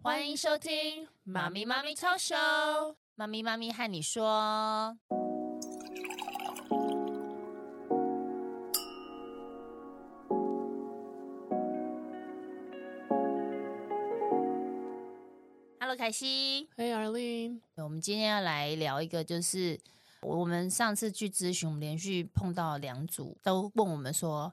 欢迎收听《妈咪妈咪超show》，妈咪妈咪和你说，Hello，凯西。 Hey Arlene，我们今天要来聊一个，就是我我们上次去咨询，我们连续碰到两组，都问我们说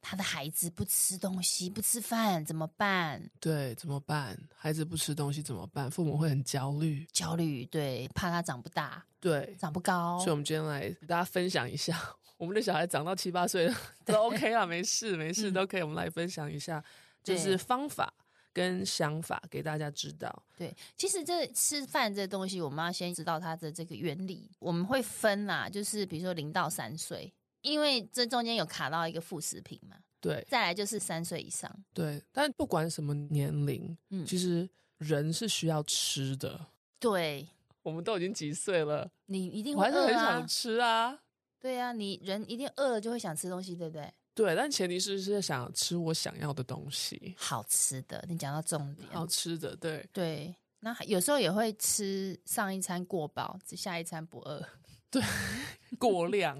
他的孩子不吃东西、不吃饭怎么办？对，怎么办？孩子不吃东西怎么办？父母会很焦虑。焦虑，对，怕他长不大、对，长不高所以。我们今天来给大家分享一下，我们的小孩长到七八岁了，都 OK 啦，没事没事都可以。我们来分享一下，就嗯对是方法跟想法给大家知道。对，其实这吃饭这东西，我们要先知道它的这个原理。我们会分啦、就是比如说零到三岁，因为这中间有卡到一个副食品嘛。对再来就是三岁以上，对，但不管什么年龄，嗯其实人是需要吃的。对我们都已经几岁了，你一定我会还是饿很啊想。吃啊。对啊，你人一定饿了就会想吃东西，对不对？对，但前提是是想吃我想要的东西，好吃的，你讲到重点。好吃的。对，对，那有时候也会吃上一餐过饱，只下一餐不饿。 过量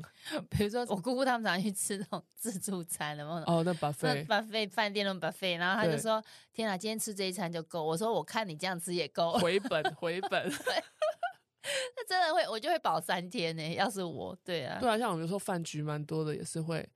比如说我姑姑他们常去吃那种自助餐，然后哦，那那 buffet。 buffet 饭店那种 buffet，然后他就对说：“天啊，今天吃这一餐就够。”我说：“我看你这样吃也够。回本，回本。” 那真的会，我就会饱三天呢、要是我，对啊， 对啊，像我们有时候饭局蛮多的，也是会，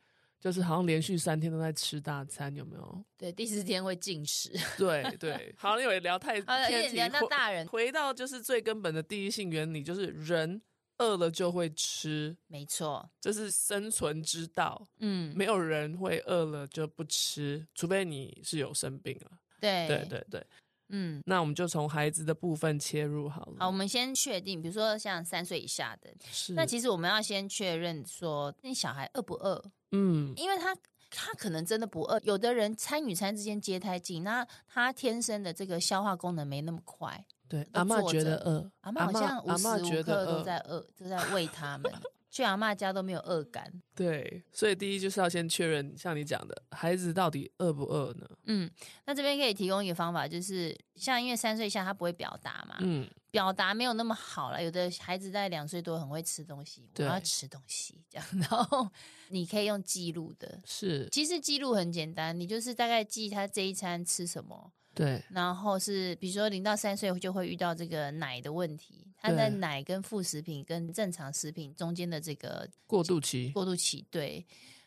就是好像连续三天都在吃大餐，有没有？对，第四天会进食。对对，好，因为聊太好了，有点偏题，聊到回大人，回到就是最根本的第一性原理，就是人饿了就会吃，没错，这是生存之道。嗯，没有人会饿了就不吃，除非你是有生病了。对，对，对对，嗯。那我们就从孩子的部分切入好了。好，我们先确定，比如说像三岁以下的，是，那其实我们要先确认说，那小孩饿不饿？嗯，因为他他可能真的不饿。有的人餐与餐之间接太近，那他天生的这个消化功能没那么快，对，都阿妈坐觉着得饿，阿妈好像无阿妈时觉无得呃刻饿都在饿，都在喂他们。去阿妈家都没有饿感，对，所以第一就是要先确认，像你讲的，孩子到底饿不饿呢？嗯，那这边可以提供一个方法，就是像因为三岁以下他不会表达嘛，嗯，表达没有那么好了。有的孩子在两岁多很会吃东西，我对要吃东西这样， 然后你可以用记录的。是其实记录很简单，你就是大概记他这一餐吃什么，对，然后是比如说零到三岁就会遇到这个奶的问题，他在对奶跟副食品跟正常食品中间的这个过渡 期，过渡期。对，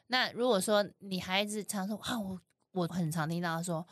那如果说你孩子常说啊，我我很常听到他说，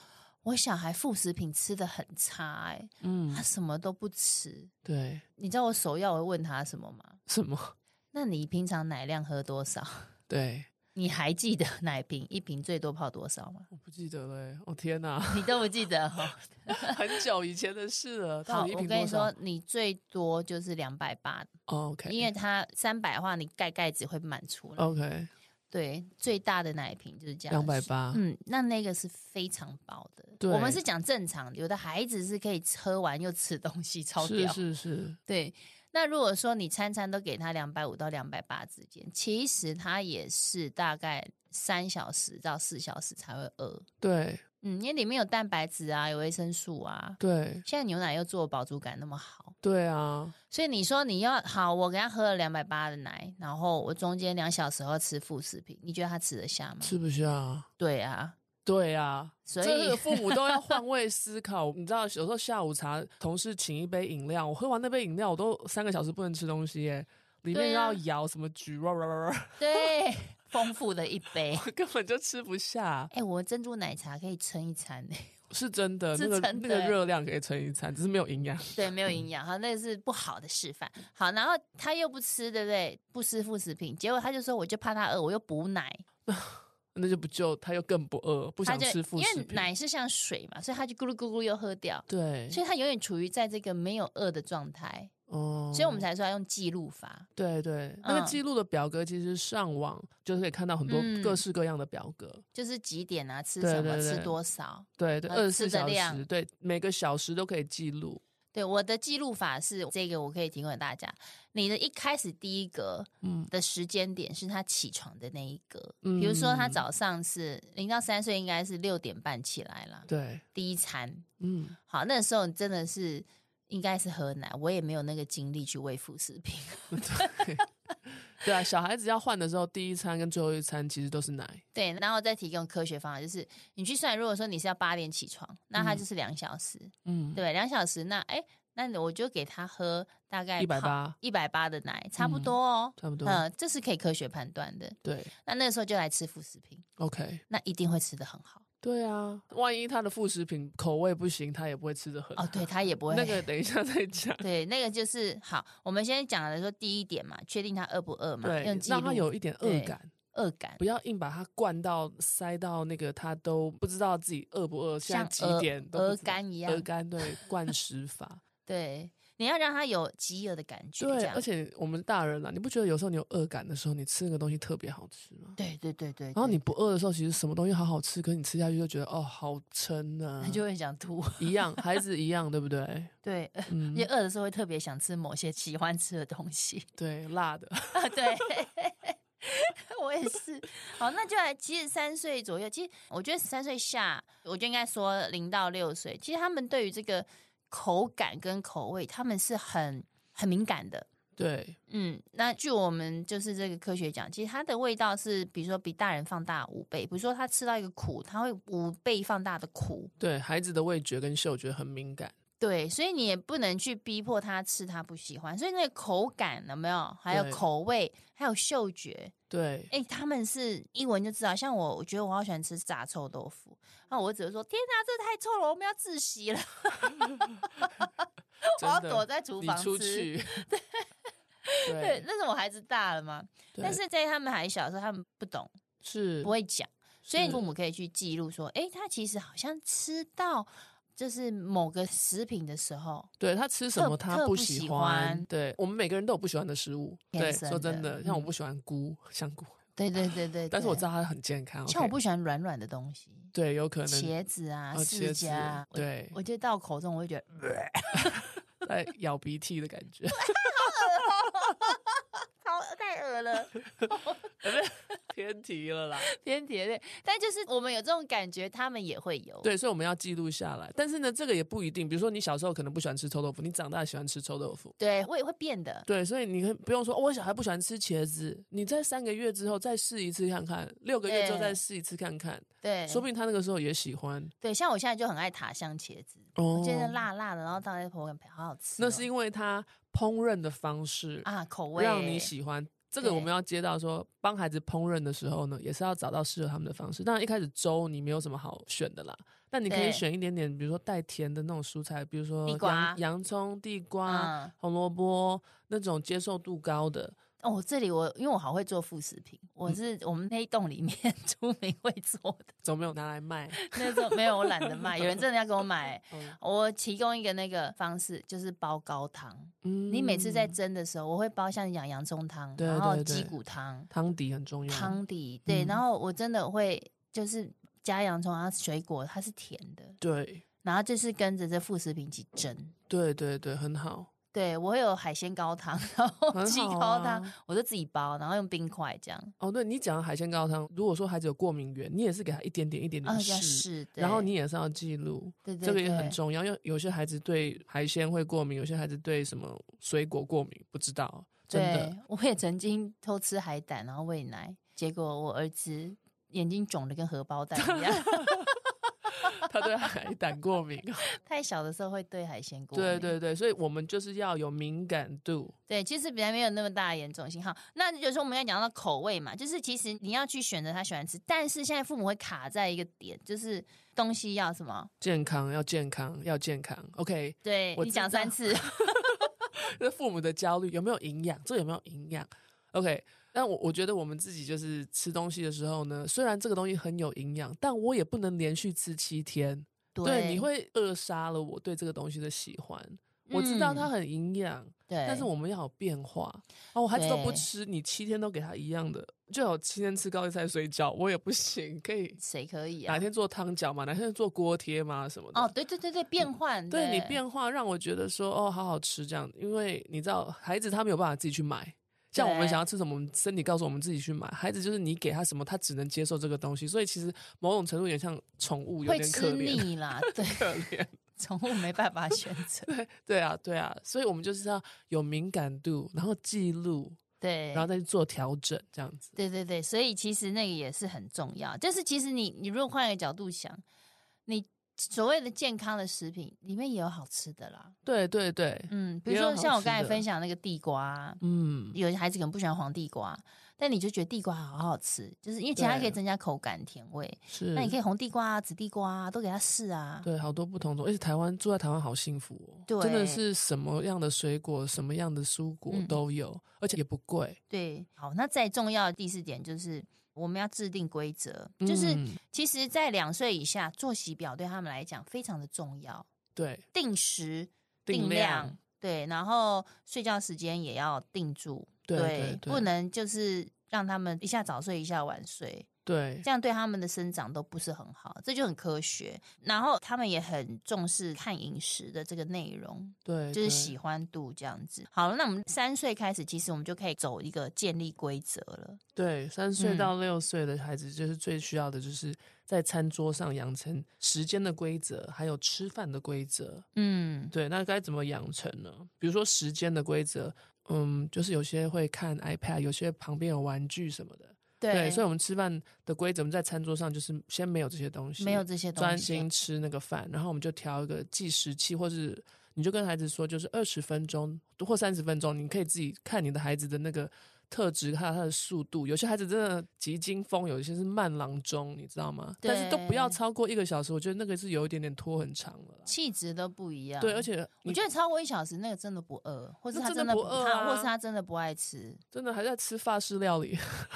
我小孩副食品吃的很差、欸，嗯 他，什么都不吃。对，你知道我首要我会问他什么吗？什么？ 那你平常奶量喝多少？ 对，你还记得 奶瓶一瓶最多泡多少吗？ 我不记得嘞，我、哦、天哪，你都不记得 哈、很久以前的事了。好，到底一我瓶跟多你少、哦说，你最多就是两百八 o k 因为它三百的话，你盖盖子会满出来。 OK，对，最大的奶瓶就是这样，哦两百。八，嗯，那那个是非常薄的。啊对我们是讲正常的，有的孩子是可以喝完又吃东西，超是屌。是是，对，那如果说你餐餐都给他两百五到两百八之间，其实他也是大概三小时到四小时才会饿。对嗯，因为里面有蛋白质啊，有维生素啊。对现在牛奶又做饱足感那么好，对啊，所以你说你要好，我给他喝了两百八的奶，然后我中间两小时后吃副食品，你觉得他吃得下吗？吃不下。嗯对啊，对啊，所这以个父母 都要换位思考。你知道，有时候下午茶，同事请一杯饮料，我喝完那杯饮料，我都三个小时不能吃东西耶，里面对啊要咬什么橘，哇哇哇哇 对 丰富的一杯。根本就吃不下，哎、我珍珠奶茶可以撑一餐 呢、是真的。是那个真的那个热量可以撑一餐，只是没有营养。对，没有营养，哈，那个是不好的示范。好，然后他又不吃，对不对？不吃副食品，结果他就说我就怕他饿，我又补奶，那就不就他又更不饿，不他想就吃副因食为品。奶是像水嘛，所以他就咕噜咕噜又喝掉，对，所以他永远处于在这个没有饿的状态，哦所以我们才嗯说要用记录法。对对，那个记录的表格其实上网就是可以看到很多嗯各式各样的表格。就是几点啊，吃对什么，对对吃多少。对对，呃二十吃四的小量时，对每个小时都可以记录。对，我的记录法是这个，我可以提供给大家。你的一开始第一格嗯的时间点是他起床的那一格，比如说他嗯早上是零到三岁，应该是六点半起来啦，对，第一餐。嗯，好，那时候你真的是应该是喝奶，我也没有那个精力去喂副食品。 对啊，小孩子要换的时候，第一餐跟最后一餐其实都是奶，对，然后再提供科学方法，就是你去算，如果说你是要八点起床，那他嗯就是两小时，嗯，对，两小时，那哎，那我就给他喝大概180一百八的奶，差不嗯多哦。差不多，嗯，这是可以科学判断的。对那那个时候就来吃副食品， ，OK，那一定会吃的很好对啊，万一他的副食品口味不行，他也不会吃的很哦。对，他也不会。啊那个等一下再讲 对那个就是好，我们先讲的说第一点嘛，确定他饿不饿嘛，对用，记让他录有一点对饿感，饿感不。要硬把它灌到塞到那个他都不知道自己饿不饿，现在像几鹅点都不鹅知道肝一鹅样，肝对灌 食法，对，你要让他有饥饿的感觉，这对，样而且我们大人啦，啊你不觉得有时候你有饿感的时候，你吃那个东西特别好吃吗？对对对对，然后对你不饿的时候，其实什么东西好好吃，可是你吃下去就觉得哦，好撑啊，他就会想吐，一样，孩子一样，对不对？对， 嗯也，饿的时候会特别想吃某些喜欢吃的东西。对，辣的， 啊，对， 我也是。好，那就来，其实三岁左右，其实我觉得三岁下，我就应该说零到六岁，其实他们对于这个口感跟口味，他们是很很敏感的。对，嗯，那据我们就是这个科学讲，其实它的味道是，比如说比大人放大五倍，比如说他吃到一个苦，他会五倍放大的苦。对，孩子的味觉跟嗅觉很敏感，对，所以你也不能去逼迫他吃他不喜欢，所以那个口感有没有，还有对口味，还有嗅觉，对，哎、他们是一闻就知道，像我，我觉得我好喜欢吃炸臭豆腐，那我只会说天哪、这太臭了，我们要窒息了， 我真要的躲在厨你房出吃。去， 对，对，那是我孩子大了嘛，对但是在他们还小的时候，他们不懂，是不会讲，所以是父母可以去记录说，哎、他其实好像吃到就是某个食品的时候，对他吃什特么他特不不喜喜欢欢，对我们每个人都有不喜欢的食物，天对，生说真的的，像我嗯不喜欢菇、香菇，对对对对但是我对知道它很健康，像我 OK 不喜欢软软的东西，对，有可能茄子啊、哦释茄迦啊子，，对，我觉得到口中我会觉得。嗯在咬鼻涕的感 觉， 好太恶了，偏题了啦。偏题对，但就是我们有这种感觉，他们也会有。对，所以我们要记录下来。但是呢，这个也不一定。比如说，你小时候可能不喜欢吃臭豆腐，你长大喜欢吃臭豆腐。对，会会变的。对，所以你可以不用说、哦我小孩不喜欢吃茄子，你在三个月之后再试一次看看，六个月之后再对试一次看看，对，说不定他那个时候也喜欢。对，像我现在就很爱塔香茄子，哦我觉得辣辣的，然后倒在口感好好吃哦。那是因为他烹饪的方式啊，口味让你喜欢。这个我对们要接到说，帮孩子烹饪的时候呢，也是要找到适合他们的方式。当然一开始粥你没有什么好选的啦，但你可以对选一点点，比如说带甜的那种蔬菜，比如说地洋瓜洋葱、地瓜、嗯，红萝卜那种接受度高的。哦，这里我因为我好会做副食品，嗯我是我们那一栋里面 出名会做的。怎么没有拿 来卖？那时候没有，我懒得卖，有人真的要给我买。 嗯我提供一个那个方式，就是煲高汤。嗯你每次在蒸的时候，我会煲像你讲洋葱汤，对然后对鸡对骨汤，汤底很重要，汤底，对，然嗯后我真的会就是加洋葱，然后水果它是甜的，对然后就是跟着这副食品一起蒸。对对对，很好，对我会有海鲜高汤， 然后很鸡好高汤，啊。我就自己包，然后用冰块这样，哦，对你讲的海鲜高汤，如果说孩子有过敏源，你也是给他一点点一点啊点要试，试，嗯然后对你也是要记录。对对这个也很对重要，因为有些孩子对海鲜会过敏，有些孩子对什么水果过敏，不知道，真的对，我也曾经偷吃海胆，然后喂奶，结果我儿子眼睛肿的跟荷包蛋一样， 他对海胆过 敏。太小的时候会对海鲜过敏。对对对，所以我们就是要有敏感度，对，其实比较没有那么大的严重性。好，那有时候我们要讲到口味嘛，就是其实你要去选择他喜欢吃，但是现在父母会卡在一个点，就是东西要什么？健康要健康要健康。OK，对我你知讲三道次， 那父母的焦虑有没有营养？这有没有营养？OK，那我我觉得我们自己就是吃东西的时候呢，虽然这个东西很有营养，但我也不能连续吃七天，对，你会扼杀了我对这个东西的喜欢。我知道它嗯很营养，对，但是我们要有变化。哦，我孩子都不对吃，你七天都给他一样的，就有七天吃高丽菜水饺，我也不行。可以谁可以啊哪？天做汤饺嘛，哪天做锅贴嘛什么的。哦，对对对对，变换，对你对变化让我觉得说哦，好好吃这样，因为你知道孩子他没有办法自己去买，像我们对想要吃什么，我们身体告诉我们自己去买。孩子就是你给他什么，他只能接受这个东西，所以其实某种程度有点像宠物，有会点可吃怜， 腻啦，对， 可怜。宠物没办法选择， 对啊，对啊，所以我们就是要有敏感度，然后记录，对，然后再去做调整，这样子。对对对，所以其实那个也是很重要。就是其实你你如果换一个角度想，你所谓的健康的食品里面也有好吃的啦。对对对，嗯，比如也有说像好我刚才吃的分享那个地瓜，嗯，有些孩子可能不喜欢黄地瓜，但你就觉得地瓜好好吃，就是因为其他对可以增加口感甜味。是。那你可以以红地瓜啊、紫地瓜啊都给它试啊。对好多不同种，而且台湾住在台湾好幸福哦，真的对是什么样的水果、什么样的蔬果嗯都有，而且也不贵。对，好，那再重要的第四点就是我们要制定规则，就是嗯其实，在两岁以下，作息表对他们来讲非常的重要。对定时、定定量量，对，然后睡觉时间也要定住，对对对不能就是让他们一下早睡一下晚睡，对这样对他们的生长都不是很好，这就很科学。然后他们也很重视看饮食的这个内容，对，就是对喜欢度这样子。好了，那我们三岁开始，其实我们就可以走一个建立规则了。对三岁嗯到六岁的孩子，就是最需要的，就是在餐桌上养成时间的规则，还有吃饭的规则。嗯，对，那该怎么养成呢？比如说时间的规则，嗯，就是有些会看 iPad，有些旁边有玩具什么的。对，所以我们吃饭的规则，我们在餐桌上就是先没有这些东西，没有这些东西，专心吃那个饭，然后我们就调一个计时器，或是你就跟孩子说，就是二十分钟或三十分钟，你可以自己看你的孩子的那个特质，还有他的速度。有些孩子真的急惊风，有一些是慢郎中，你知道吗？对但是都不要超过一个小时，我觉得那个是有一点点拖很长了啦。气质都不一样。对，而且啊我你觉得超过一小时那个真的不饿，或是那他真真的的不不饿他或啊是他真的不爱吃，真的还在吃法式料理，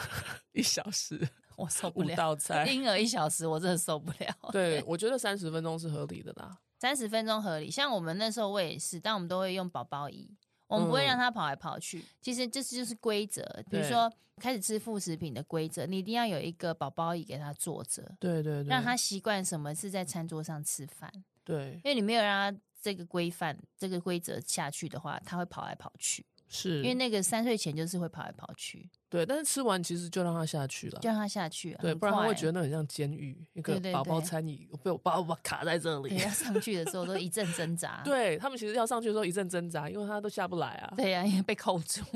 一小时我受不五了。道菜。婴儿一小时我真的受不了。对，我觉得三十分钟是合理的啦。三十分钟合理。像我们那时候我也是，但我们都会用宝宝椅，我们不会嗯让他跑来跑去。其实这就是规则，比如对说开始吃副食品的规则，你一定要有一个宝宝椅给他坐着，对对对，让他习惯什么是在餐桌上吃饭，对因为你没有让他。这个规范、这个规则下去的话，他会跑来跑去，是，因为那个三岁前就是会跑来跑去，对，但是吃完其实就让他下去了就。让他下去啊。对，很不然他快会觉得那很像监狱，一个对对宝宝对餐椅被我爸爸卡在这对，啊里。要。上去的时候都一阵挣扎 对他们其实要上去的时候一阵挣扎，因为他都下不来啊。对呀、因为被扣住。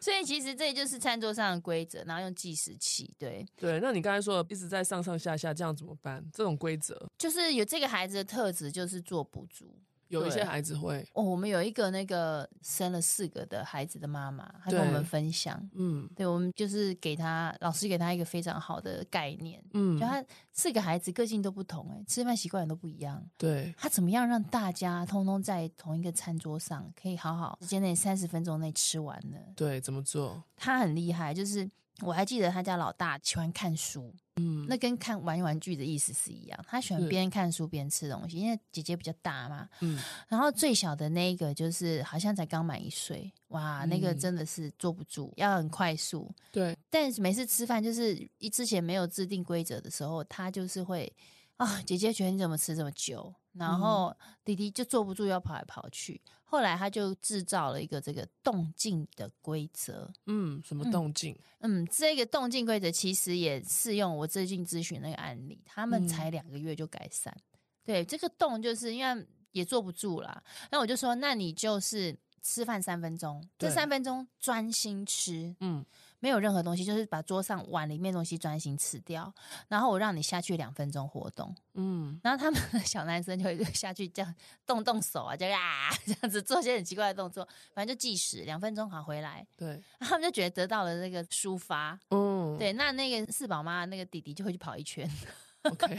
所以其实这就是餐桌上的规则，然后用计时器。对，对，那你刚才说的一直在上上下下，这样怎么办？这种规则就是有这个孩子的特质，就是做补足。有一些对孩子会，哦，我们有一个那个生了四个的孩子的妈妈，她跟我们对分享，嗯对我们就是给她老师给她一个非常好的概念，就嗯，她四个孩子个性都不同、哎，吃饭习惯也都不一样，对他怎么样让大家通通在同一个餐桌上可以好好时间内三十分钟内吃完呢？对，怎么做？他很厉害，就是我还记得他家老大喜欢看书，嗯，那跟看玩玩具的意思是一样。他喜是欢边看书边吃东西，因为姐姐比较大嘛。嗯然后最小的那一个就是好像才刚满一岁，哇，那个嗯真的是坐不住，要很快速。对但是每次吃饭就是一之前没有制定规则的时候，他就是会啊、姐姐觉得你怎么吃这么久，然嗯后弟弟就坐不住要跑来跑去。后来他就制造了一个这个动静的规则，嗯，什么嗯动静？嗯，这个动静规则其实也适用我最近咨询那个案例，他们嗯才两个月就改善。对，这个动就是因为也坐不住啦，那我就说，那你就是吃饭三分钟，这对三分钟专心吃，嗯，没有任何东西，就是把桌上碗里面的东西专心吃掉，然后我让你下去两分钟活动，嗯，然后他们的小男生就会 下去这样动动手啊，就啊这样子做些很奇怪的动作，反正就计时两分钟好回来，对，他们就觉得得到了那个抒发，嗯，对，那那 个四宝妈那个弟弟就会去跑一圈， ，OK，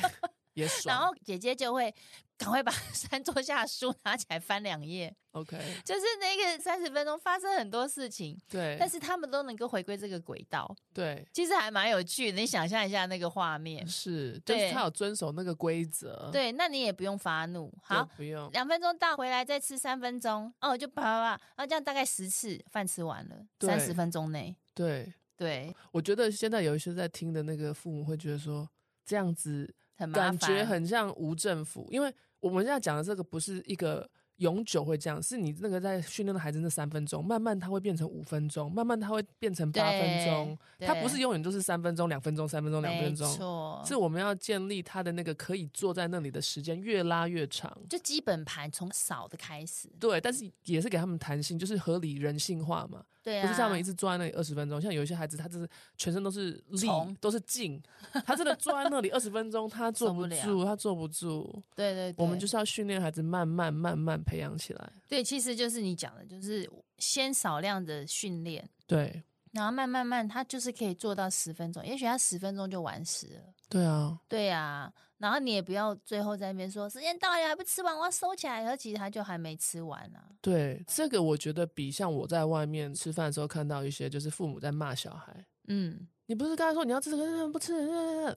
也爽。然后姐姐就会赶快把 三桌下的书拿起来翻两页， OK，就是那个三十分钟发生很多事情，对，但是他们都能够回归这个轨道，对。其实还蛮有趣的。你想象一下那个画面，是，就是对他有遵守那个规则，对，对，那你也不用发怒。好，不用，两分钟到回来再吃三分钟，哦，就啪啪啪，然后这样大概十次饭吃完了，对三十分钟内，对，对，我觉得现在有一些在听的那个父母会觉得说，这样子很麻感烦，觉很像无政府，因为我们现在讲的这个不是一个永久会这样，是你那个在训练的孩子那三分钟，慢慢他会变成五分钟，慢慢他会变成八分钟，对他不是永远都是三分钟、两分钟、三分钟、两分没钟，错，是我们要建立他的那个可以坐在那里的时间越拉越长。就基本盘从少的开始，对，但是也是给他们弹性，就是合理人性化嘛，对啊，不是像他们一直坐在那里二十分钟。像有一些孩子，他真是全身都是力虫，都是劲，他真的坐在那里二十分钟，他坐受不不了住，他坐不住。对对对，我们就是要训练孩子慢慢慢慢培养起来。对，其实就是你讲的，就是先少量的训练，对，然后慢慢慢，他就是可以做到十分钟，也许他十分钟就完事了。对啊，对啊，然后你也不要最后在那边说时间到了还不吃完，我要收起来，然后其实他就还没吃完啊。对，这个我觉得比像我在外面吃饭的时候看到一些，就是父母在骂小孩，嗯，你不是刚才说你要吃这个不吃？呃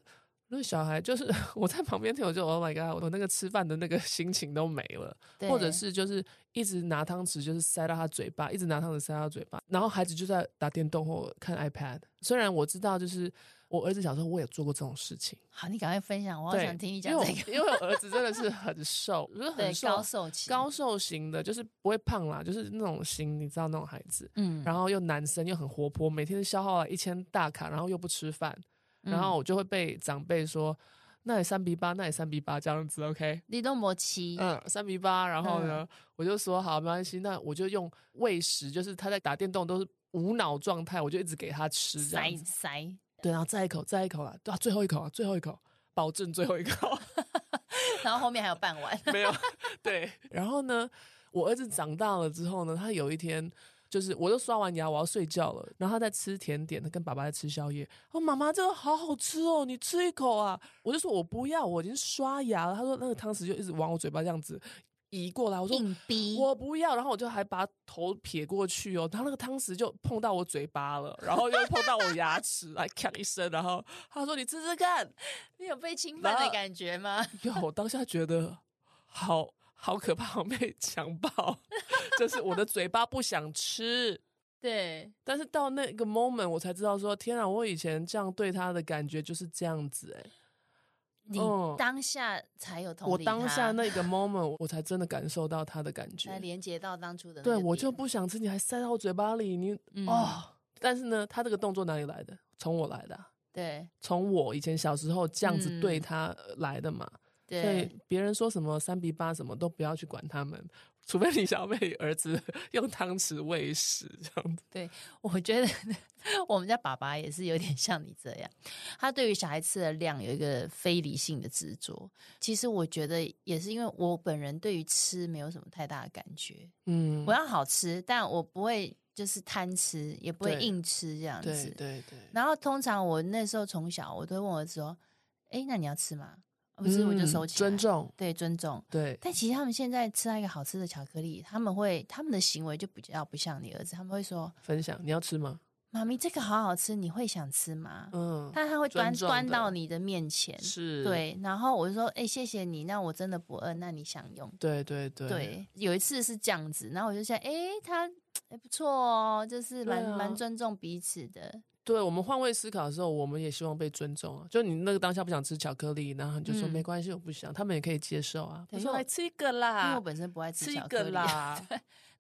那小孩就是 我在旁边听，我就 Oh my God，我那个吃饭的那个心情都没了。对，或者是就是一直拿汤匙就是塞到他嘴巴，一直拿汤匙塞到他嘴巴，然后孩子就在打电动或看 iPad。虽然我知道，就是我儿子小时候我也做过这种事情，好，你赶快分享，我好对，想听你讲因为这我个。因为我儿子真的是很瘦，就是对很，瘦高手期，高瘦型的，就是不会胖啦，就是那种型，你知道那种孩子。嗯，然后又男生又很活泼，每天消耗了一千大卡，然后又不吃饭，然嗯后我就会被长辈说。那也三比八，那也三比八这样子，OK。李东博七，嗯，三比八。然后呢，我就说好，没关系，那我就用喂食，就是他在打电动都是无脑状态，我就一直给他吃这塞样子。塞，对，然后再一口，再一口啦，对啊，最后一口啊，最后一口，保证最后一口然后后面还有半碗， 没有。对，然后呢，我儿子长大了之后呢，他有一天。就是我都刷完牙，我要睡觉了，然后他在吃甜点，他跟爸爸在吃宵夜。哦，妈妈，这个好好吃哦，你吃一口啊！我就说我不要，我已经刷牙了。他说那个汤匙就一直往我嘴巴这样子移过来，我说硬逼，我不要，然后我就还把头撇过去哦，他那个汤匙就碰到我嘴巴了，然后又碰到我牙齿，来咔一声，然后他说你吃吃看，你有被侵犯然的后感觉吗？ 哟，我当下觉得好好可怕， 我被强暴， 就是我的嘴巴不想吃，对，但是到那个 moment 我才知道说，天啊，我以前这样对他的感觉就是这样子、欸，你嗯当下才有同理我当下他那个 moment 我才真的感受到他的感觉才，连接到当初的那对个我点就不想吃，你还塞到我嘴巴里，你嗯哦，但是呢，他这个动作哪里来的？从我来的啊、对从我以前小时候这样子嗯对他呃来的嘛。所以对 别人说什么三比八什么都不要去管他们，除非你想要被儿子 用汤匙喂食这样子。对，我觉得我们家爸爸也是有点像你这样，他对于小孩吃的量有一个非理性的执着。其实我觉得也是因为我本人对于吃没有什么太大的感觉，嗯我，要好吃，但我不会就是贪吃，也不会对硬吃这样子。对对对，然后通常我那时候从小，我都会问我儿子说：“哎，那你要吃吗？”哦不是，我就嗯收起来。尊，重，对，尊重。对但其实他们现在吃到一个好吃的巧克力，他们会他们的行为就比较不像你儿子，他们会说分享，你要吃吗？：“妈咪，这个好好吃，你会想吃吗？”嗯，但他会尊端重端的到你的面前，是，对，然后我就说：“哎、谢谢你，那我真的不饿，那你享用。对对对对，有一次是这样子，然后我就想，哎、他哎不错哦，就是蛮对啊蛮、尊重彼此的，对我们换位思考的时候，我们也希望被尊重啊。就你那个当下不想吃巧克力，然后你就说、嗯没关系，我不想，他们也可以接受啊。对他因说为我来吃一个因为啦我，本身不爱吃啊吃一巧克个力。 啦。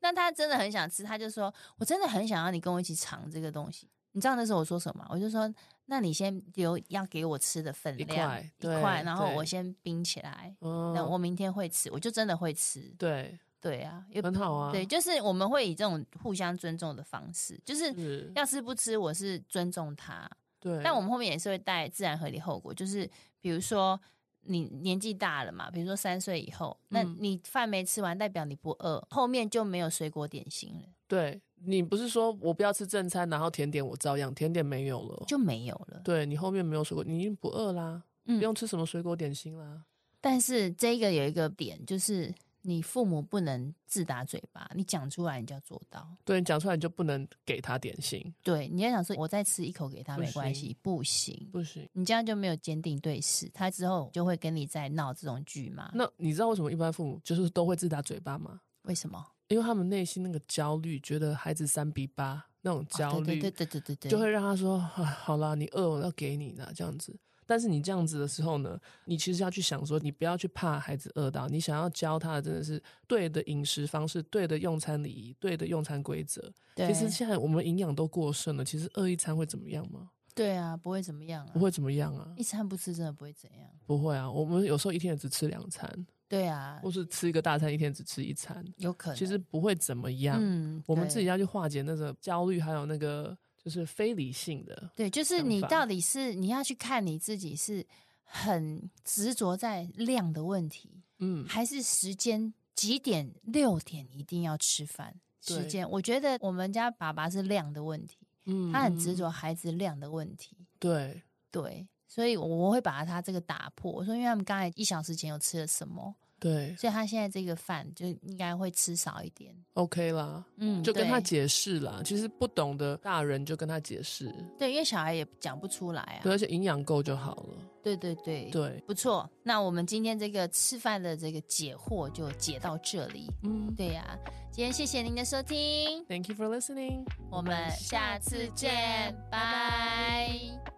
那他真的很想吃，他就说：“我真的很想要你跟我一起尝这个东西。”你知道那时候我说什么吗？我就说：“那你先留要给我吃的分一量块对然后对我先冰起来。那嗯，我明天会吃，我就真的会吃。对，对啊，也很好啊。对，就是我们会以这种互相尊重的方式，就是是，要吃不吃，我是尊重他。嗯对。但我们后面也是会带自然合理后果，就是比如说你年纪大了嘛，比如说三岁以后，那嗯你饭没吃完，代表你不饿，后面就没有水果点心了，对你不是说我不要吃正餐，然后甜点我照样，甜点没有了。就没有了。对你后面没有水果，你已经不饿啦，嗯不用吃什么水果点心啦。但是这个有一个点，就是你父母不能自打嘴巴，你讲出来你就要做到。对你讲出来，你就不能给他点心，对，你要想说，我再吃一口给他不没关行系，不行，不行。你这样就没有坚定对视，他之后就会跟你在闹这种剧嘛？那你知道为什么一般父母就是都会自打嘴巴吗？为什么？哦因为他们内心那个焦虑，觉得孩子三比八那种哦焦虑，对对对对对对，就会让他说：“ 啊好啦，你饿，我要给你啦。”这样子。但是你这样子的时候呢，你其实要去想说，你不要去怕孩子饿到，你想要教他的真的是对的饮食方式、对的用餐礼仪、对的用餐规则。对其实现在我们营养都过剩了，其实饿一餐会怎么样吗？对啊，不会怎么样啊不，会怎么样啊一，餐不吃真的不会怎样。不会啊。我们有时候一天也只吃两餐，对啊，或是吃一个大餐，一天只吃一餐，有可能。其实不会怎么样。嗯，我们对自己要去化解那个焦虑，还有那个就是非理性的。对，就是想你法到底是你要去看你自己是很执着在量的问题，嗯，还是时间几点六点一定要吃饭？时对间，我觉得我们家爸爸是量的问题，嗯他很执。着孩子量的问题。对，对，所以我会把他这个打破。我说，因为他们刚才一小时前有吃了什么，对所以他现在这个饭就应该会吃少一点。 ，OK 啦，嗯，就跟他对解释啦。其实不懂的大人就跟他解释，对，因为小孩也讲不出来啊。对，而且营养够就好了。对对对对，不错，那我们今天这个吃饭的这个解惑就解到这里。嗯对呀、今天谢谢您的收听， ，Thank you for listening。我们下次见，拜拜